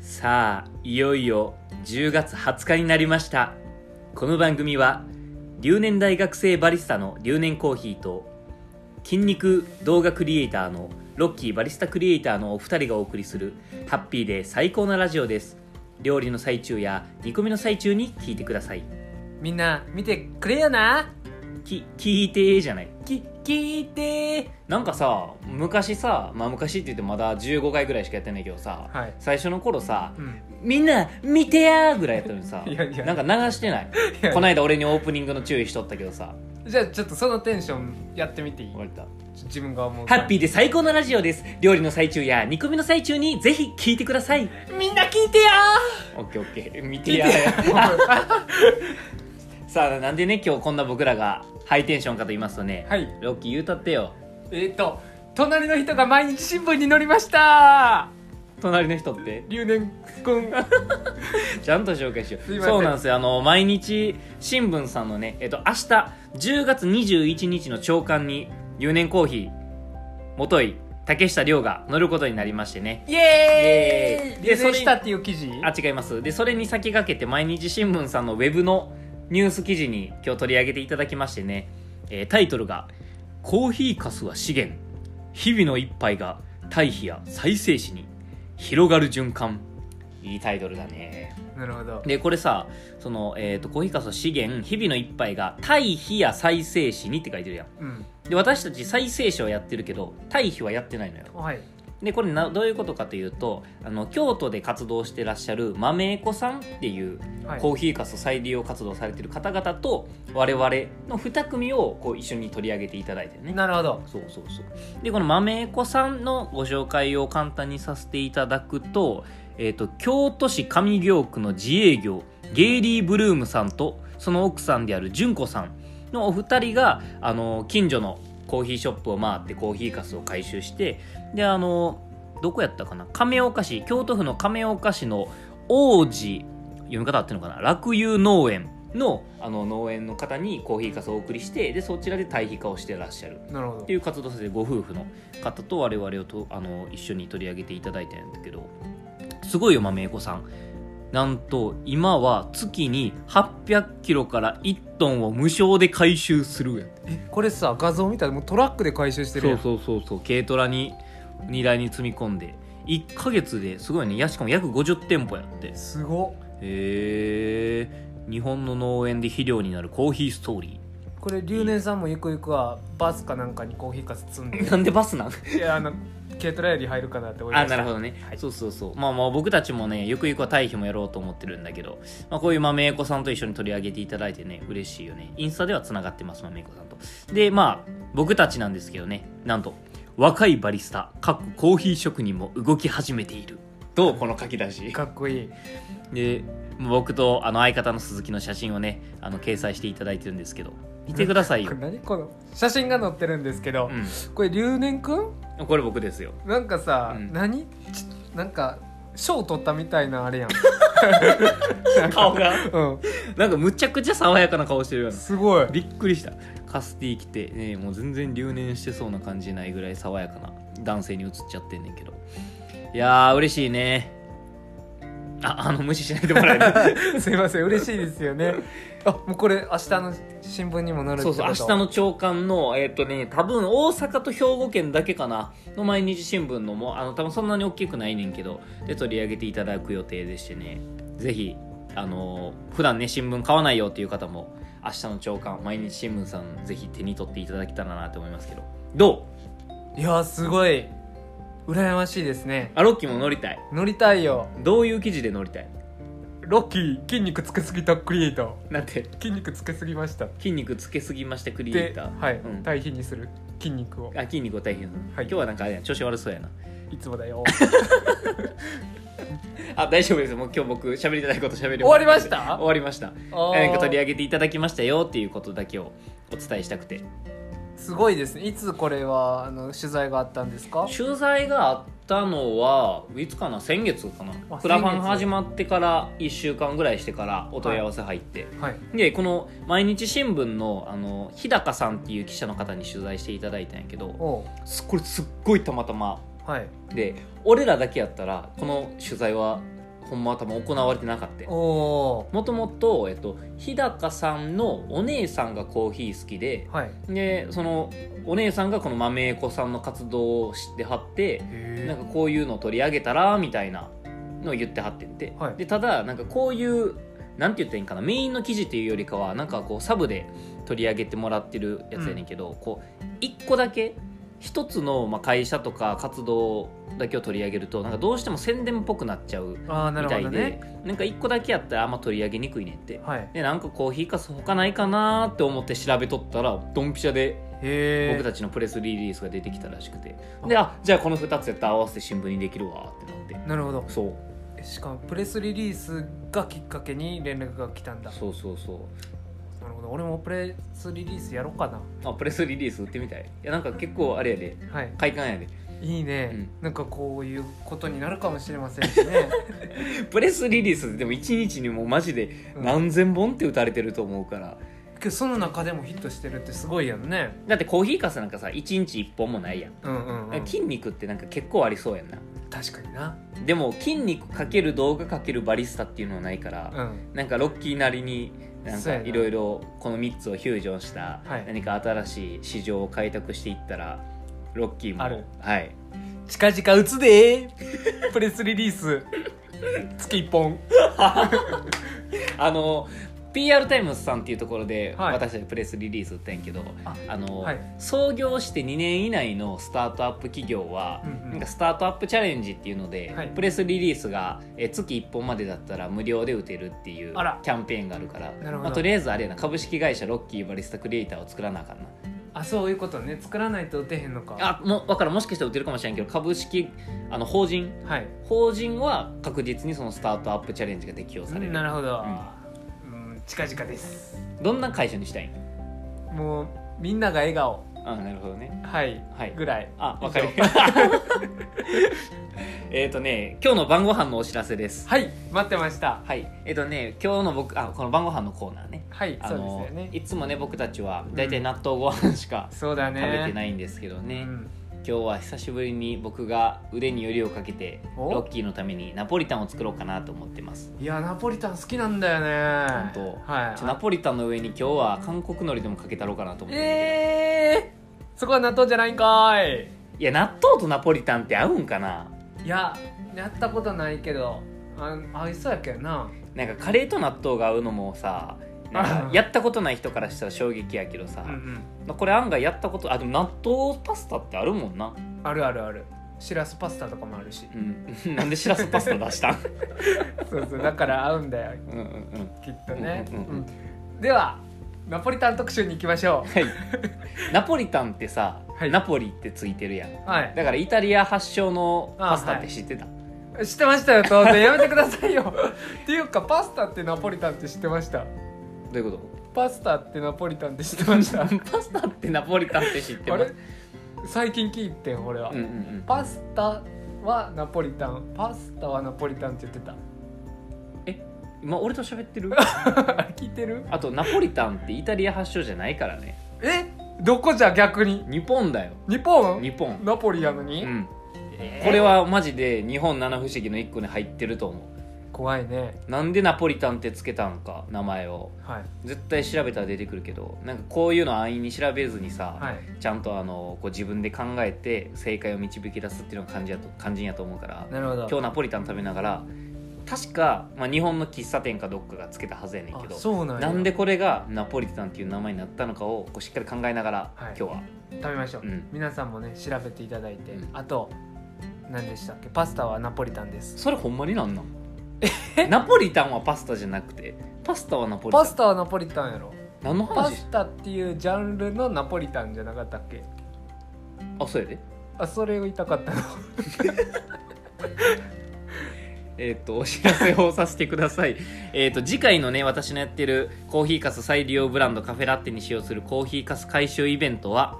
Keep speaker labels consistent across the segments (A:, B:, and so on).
A: さあいよいよ10月20日になりましたこの番組は留年大学生バリスタの留年コーヒーと筋肉動画クリエイターのロッキーバリスタクリエイターのお二人がお送りするハッピーで最高なラジオです料理の最中や煮込みの最中に聞いてください
B: みんな見てくれよな
A: き聞いてじゃない
B: き聞いて
A: なんかさ昔さまあ昔って言ってまだ15回ぐらいしかやってないけどさ、
B: はい
A: 最初の頃さ
B: うん
A: 「みんな見てや!」ぐらいやったのにさ
B: いやいや
A: なんか流してない
B: いや
A: こないだ俺にオープニングの注意しとったけどさ
B: じゃあちょっとそのテンションやってみていい
A: 終われた
B: ち自分が思う
A: ハッピーで最高のラジオです料理の最中や煮込みの最中にぜひ聞いてください
B: ーみんな聞いてよ
A: オッケーオッケー見てやさあなんでね今日こんな僕らがハイテンションかと言いますとね、
B: はい
A: ロッキー言うたってよ
B: えっ、ー、と隣の人が毎日新聞に載りました
A: 隣の人って
B: 留年君
A: ちゃんと紹介しよ
B: すいうません
A: そうなんですよあの毎日新聞さんのねえっと明日10月21日の朝刊に留年コーヒー元井竹下涼が載ることになりましてね
B: イエー
A: イ
B: イ
A: エーイで
B: 留
A: それ
B: 年したっていう記事
A: あ違いますでそれに先駆けて毎日新聞さんのウェブのニュース記事に今日取り上げていただきましてね、えータイトルが「コーヒーかすは資源日々の一杯が堆肥や再生紙に広がる循環」いいタイトルだね
B: なるほど
A: でこれさその、えー、とコーヒーかすの資源日々の一杯が堆肥や再生紙にって書いてるやん
B: うん
A: で私たち再生紙はやってるけど堆肥はやってないのよ
B: はい
A: でこれなどういうことかというとあの京都で活動してらっしゃる豆エコさんっていう
B: はい
A: コーヒーかす再利用活動されてる方々と我々の2組をこう一緒に取り上げていただいてね
B: なるほど
A: そうそうそうでこの豆エコさんのご紹介を簡単にさせていただくと,、えー、と京都市上京区の自営業ゲイリー・ブルームさんとその奥さんである純子さんのお二人があの近所のコーヒーショップを回ってコーヒーかすを回収してであのどこやったかな亀岡市京都府の亀岡市の王子読み方合ってるのかな楽友農園のあの農園の方にコーヒーかすをお送りしてでそちらで堆肥化をしてらっしゃる
B: なるほ
A: っ
B: ど
A: ていう活動されてるご夫婦の方と我々をとあの一緒に取り上げていただいたんだけどすごいよ豆エコさんなんと今は月に800キロから1トンを無償で回収するやん
B: えこれさ画像見たらもうトラックで回収してる
A: そ
B: や
A: うんそうそうそう軽トラに荷台に積み込んで1ヶ月ですごいねやしかも約50店舗やってへ
B: すごっ
A: え日本の農園で肥料になるコーヒーストーリ
B: これ留年さんもゆくゆくはバスかなんかにコーヒーかす積んで
A: ー なんでバスなん
B: いやあの軽トラより入るかなって思いま
A: あ
B: した
A: なるほどね、そうそうそうまあまあ僕たちもねゆくゆくは対比もやろうと思ってるんだけど、まあ、こういう豆子さんと一緒に取り上げていただいてね嬉しいよねインスタではつながってます豆子さんとでまあ僕たちなんですけどねなんと若いバリスタかっこコーヒー職人も動き始めているどうこの書き出し
B: かっこいい
A: で僕とあの相方の鈴木の写真をねあの掲載していただいてるんですけど見てください
B: こ
A: よ
B: れ、何この写真が載ってるんですけど、
A: う
B: これ留年くん
A: ん、これ僕ですよ
B: なんかさ、
A: うん
B: 何ちなんか賞取ったみたいなあれ やん
A: 顔が
B: うん
A: なんかむちゃくちゃ爽やかな顔してるような
B: すごい
A: びっくりしたカスティ着て、ね、もう全然留年してそうな感じないぐらい爽やかな男性に映っちゃってんねんけどいやー嬉しいねああの無視しないでもら える
B: すいません嬉しいですよねあもうこれ明日の新聞にも載るって
A: そ
B: こ
A: う
B: と
A: そう明日の朝刊のえっ、とね多分大阪と兵庫県だけかなの毎日新聞のもあの多分そんなに大きくないねんけどで取り上げていただく予定でしてねぜひあのー普段ね新聞買わないよっていう方も明日の朝刊毎日新聞さんぜひ手に取っていただけたらなと思いますけどどう
B: いやーすごい羨ましいですね
A: あロッキーも乗りたい
B: 乗りたいよ
A: どういう記事で乗りたい
B: ロッキー筋肉つけすぎたクリエイター
A: なんて
B: 筋肉つけすぎました
A: 筋肉つけすぎましたクリエ
B: で
A: イター
B: はい、
A: うん
B: 対比にする筋肉を
A: あ筋肉を大変、
B: は
A: 今
B: い
A: 日はなんかあれや調子悪そうやない
B: つもだよ
A: あ大丈夫ですもう今日僕喋りたいこと喋り
B: 終わりました
A: 終わりました
B: あー
A: 何か取り上げていただきましたよっていうことだけをお伝えしたくて
B: すごいですねいつこれはあの取材があったんですか
A: 取材があったのはいつかな先月かな
B: あ
A: クラファ
B: 先
A: ン
B: 月
A: 始まってから1週間ぐらいしてからお問い合わせ入って、
B: はい
A: でこの毎日新聞のあの日高さんっていう記者の方に取材していただいたんやけど
B: おう
A: すこれすっごいたまたま
B: はい
A: で俺らだけやったらこの取材はほんまは多分行われてなかった
B: おお
A: もともと、えっと、日高さんのお姉さんがコーヒー好きで
B: ーはい
A: でそのお姉さんがこの豆子さんの活動を知ってはって
B: へ
A: なんかこういうの取り上げたらみたいなのを言ってはってんて、
B: はい
A: でただなんかこういうなんて言ったらいいんかなメインの記事っていうよりかはなんかこうサブで取り上げてもらってるやつやねんけど、こう一個だけ一つのまあ会社とか活動だけを取り上げるとなんかどうしても宣伝っぽくなっちゃう
B: ああな
A: み
B: る
A: た
B: ほ
A: いで
B: ど
A: な,、
B: ね
A: んか一個だけやったらあんま取り上げにくいねんって
B: はい
A: でなんかコーヒーかす他ないかなーって思って調べとったらドンピシャで
B: へ
A: 僕
B: え
A: たちのプレスリリースが出てきたらしくてであじゃあこの2つやったら合わせて新聞にできるわってなって
B: なるほど
A: そう
B: えしかもプレスリリースがきっかけに連絡が来たんだ
A: そうそうそう
B: なるほど俺もプレスリリースやろうかな
A: あプレスリリース売ってみたいいやなんか結構あれやで
B: はい
A: 快感やで
B: いいね、
A: うん
B: なんかこういうことになるかもしれませんしね、
A: プレスリリースでも1日にもうマジで何千本って打たれてると思うから、
B: けどその中でもヒットしてるってすごいやんね
A: だってコーヒーかすなんかさ1日1本もないやん、
B: うんうん、うん、
A: 筋肉ってなんか結構ありそうやんな
B: 確かにな
A: でも筋肉かける動画かけるバリスタっていうのはないから、
B: うん
A: なんかロッキーなりになん
B: そ
A: か
B: うやない
A: ろいろこの3つをフュージョンした
B: はい
A: 何か新しい市場を開拓していったらロッキーも
B: ある
A: はい
B: 近々打つでープレスリリース月1本
A: あの PR タイムズさんっていうところで
B: はい
A: 私たちプレスリリース売ったんやけど、
B: あ
A: あの
B: はい
A: 創業して2年以内のスタートアップ企業は、
B: うんうん
A: なんかスタートアップチャレンジっていうので、
B: はい
A: プレスリリースがえ月1本までだったら無料で打てるっていうキ
B: あら
A: ャンペーンがあるから
B: なるほど
A: まあ、とりあえずあれやな株式会社ロッキーバリスタクリエイターを作らなあかんな
B: あそういうことね作らないと打てへんのか
A: あもう分からんもしかしたら打てるかもしれんけど株式あの法人
B: はい
A: 法人は確実にそのスタートアップチャレンジが適用される
B: なるほど、うん近々です
A: どんな会社にしたいん
B: もうみんなが笑顔
A: あなるほどね
B: はい、
A: はい
B: ぐらい
A: あわかりました えっとね今日の晩ご飯のお知らせです
B: はい待ってました
A: はいえっ、とね今日の僕あこの晩ご飯のコーナーね
B: はい
A: あ
B: そうです
A: の
B: よね
A: いつもね僕たちは大体納豆ご飯しか
B: そうだね
A: 食べて
B: い
A: ないんですけどね、
B: うん、
A: 今日は久しぶりに僕が腕によりをかけて
B: お
A: ロッキーのためにナポリタンを作ろうかなと思ってます
B: いやナポリタン好きなんだよね
A: 本当
B: はい
A: ちょナポリタンの上に今日は韓国海苔でもかけたろうかなと思って、
B: えー、そこは納豆じゃないんかーい
A: いや納豆とナポリタンって合うんかない
B: ややったことないけどあ合いそうやけどな
A: なんかカレーと納豆が合うのもさなんかやったことない人からしたら衝撃やけどさ、まあこれ案外やったことあでも納豆パスタってあるもんな、
B: あるあるあるしらすパスタとかもあるし
A: うん、なんでしらすパスタ出 したん
B: そうそうだから合うんだよ
A: うんうんうん
B: きっとね、
A: うんうんうん
B: うんではナポリタン特集に行きましょ
A: はいナポリタンってさ、
B: はい
A: ナポリってついてるやん
B: うはい
A: だからイタリア発祥のパスタっ
B: あは
A: て
B: い
A: 知ってた、
B: 知ってましたよ当然やめてくださいよっていうかパスタってナポリタンって知ってました
A: どういうこ
B: パスタってナポリタンって知って ました
A: とパスタってナポリタンって知って
B: あ
A: ます
B: れ最近聞いてん俺は、
A: うんうんうん
B: パスタはナポリタンパスタはナポリタンって言ってた
A: 今俺と喋って る
B: あれ聞いてる
A: あとナポリタンってイタリア発祥じゃないからね
B: えどこじゃ逆に
A: 日本だよ
B: 日本
A: 日本
B: ナポリやのに、
A: うん
B: えー
A: これはマジで日本七不思議の一個に入ってると思
B: 怖いね
A: うなんでナポリタンってつけたんか名前を
B: はい
A: 絶対調べたら出てくるけどなんかこういうの安易に調べずにさ、
B: はい
A: ちゃんとあのこう自分で考えて正解を導き出すっていうのが肝心やと肝心やと思うから
B: なるほど
A: 今日ナポリタン食べながら確か、まあ、日本の喫茶店かどっかがつけたはずやねんけど
B: あそうなんや
A: なんでこれがナポリタンっていう名前になったのかをこうしっかり考えながら、
B: はい
A: 今日は
B: 食べましょう、
A: うん
B: 皆さんもね調べていただいて、
A: うん
B: あと何でしたっけパスタはナポリタンです
A: それほんまになんなんナポリタンはパスタじゃなくてパスタはナポリタン
B: パスタはナポリタンやろ
A: 何の
B: パ
A: 話
B: スタっていうジャンルのナポリタンじゃなかったっけ
A: あそうやで
B: あそれを言いたかったの
A: えーっ、とお知らせをさせてくださいえーっと次回のね私のやってるコーヒーかす再利用ブランドカフェラッテに使用するコーヒーかす回収イベントは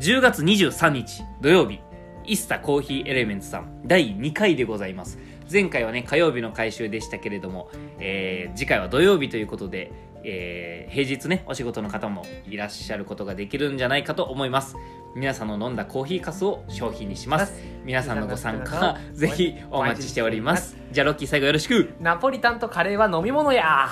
A: 10月23日土曜日イスタコーヒーエレメンツさん第2回でございます前回はね火曜日の回収でしたけれども、えー次回は土曜日ということでえー平日ねお仕事の方もいらっしゃることができるんじゃないかと思います皆さんの飲んだコーヒーかすを商品にし ます皆さんのご参加ぜひお待ちしておりますじゃあロッキー最後よろしく
B: ナポリタンとカレーは飲み物や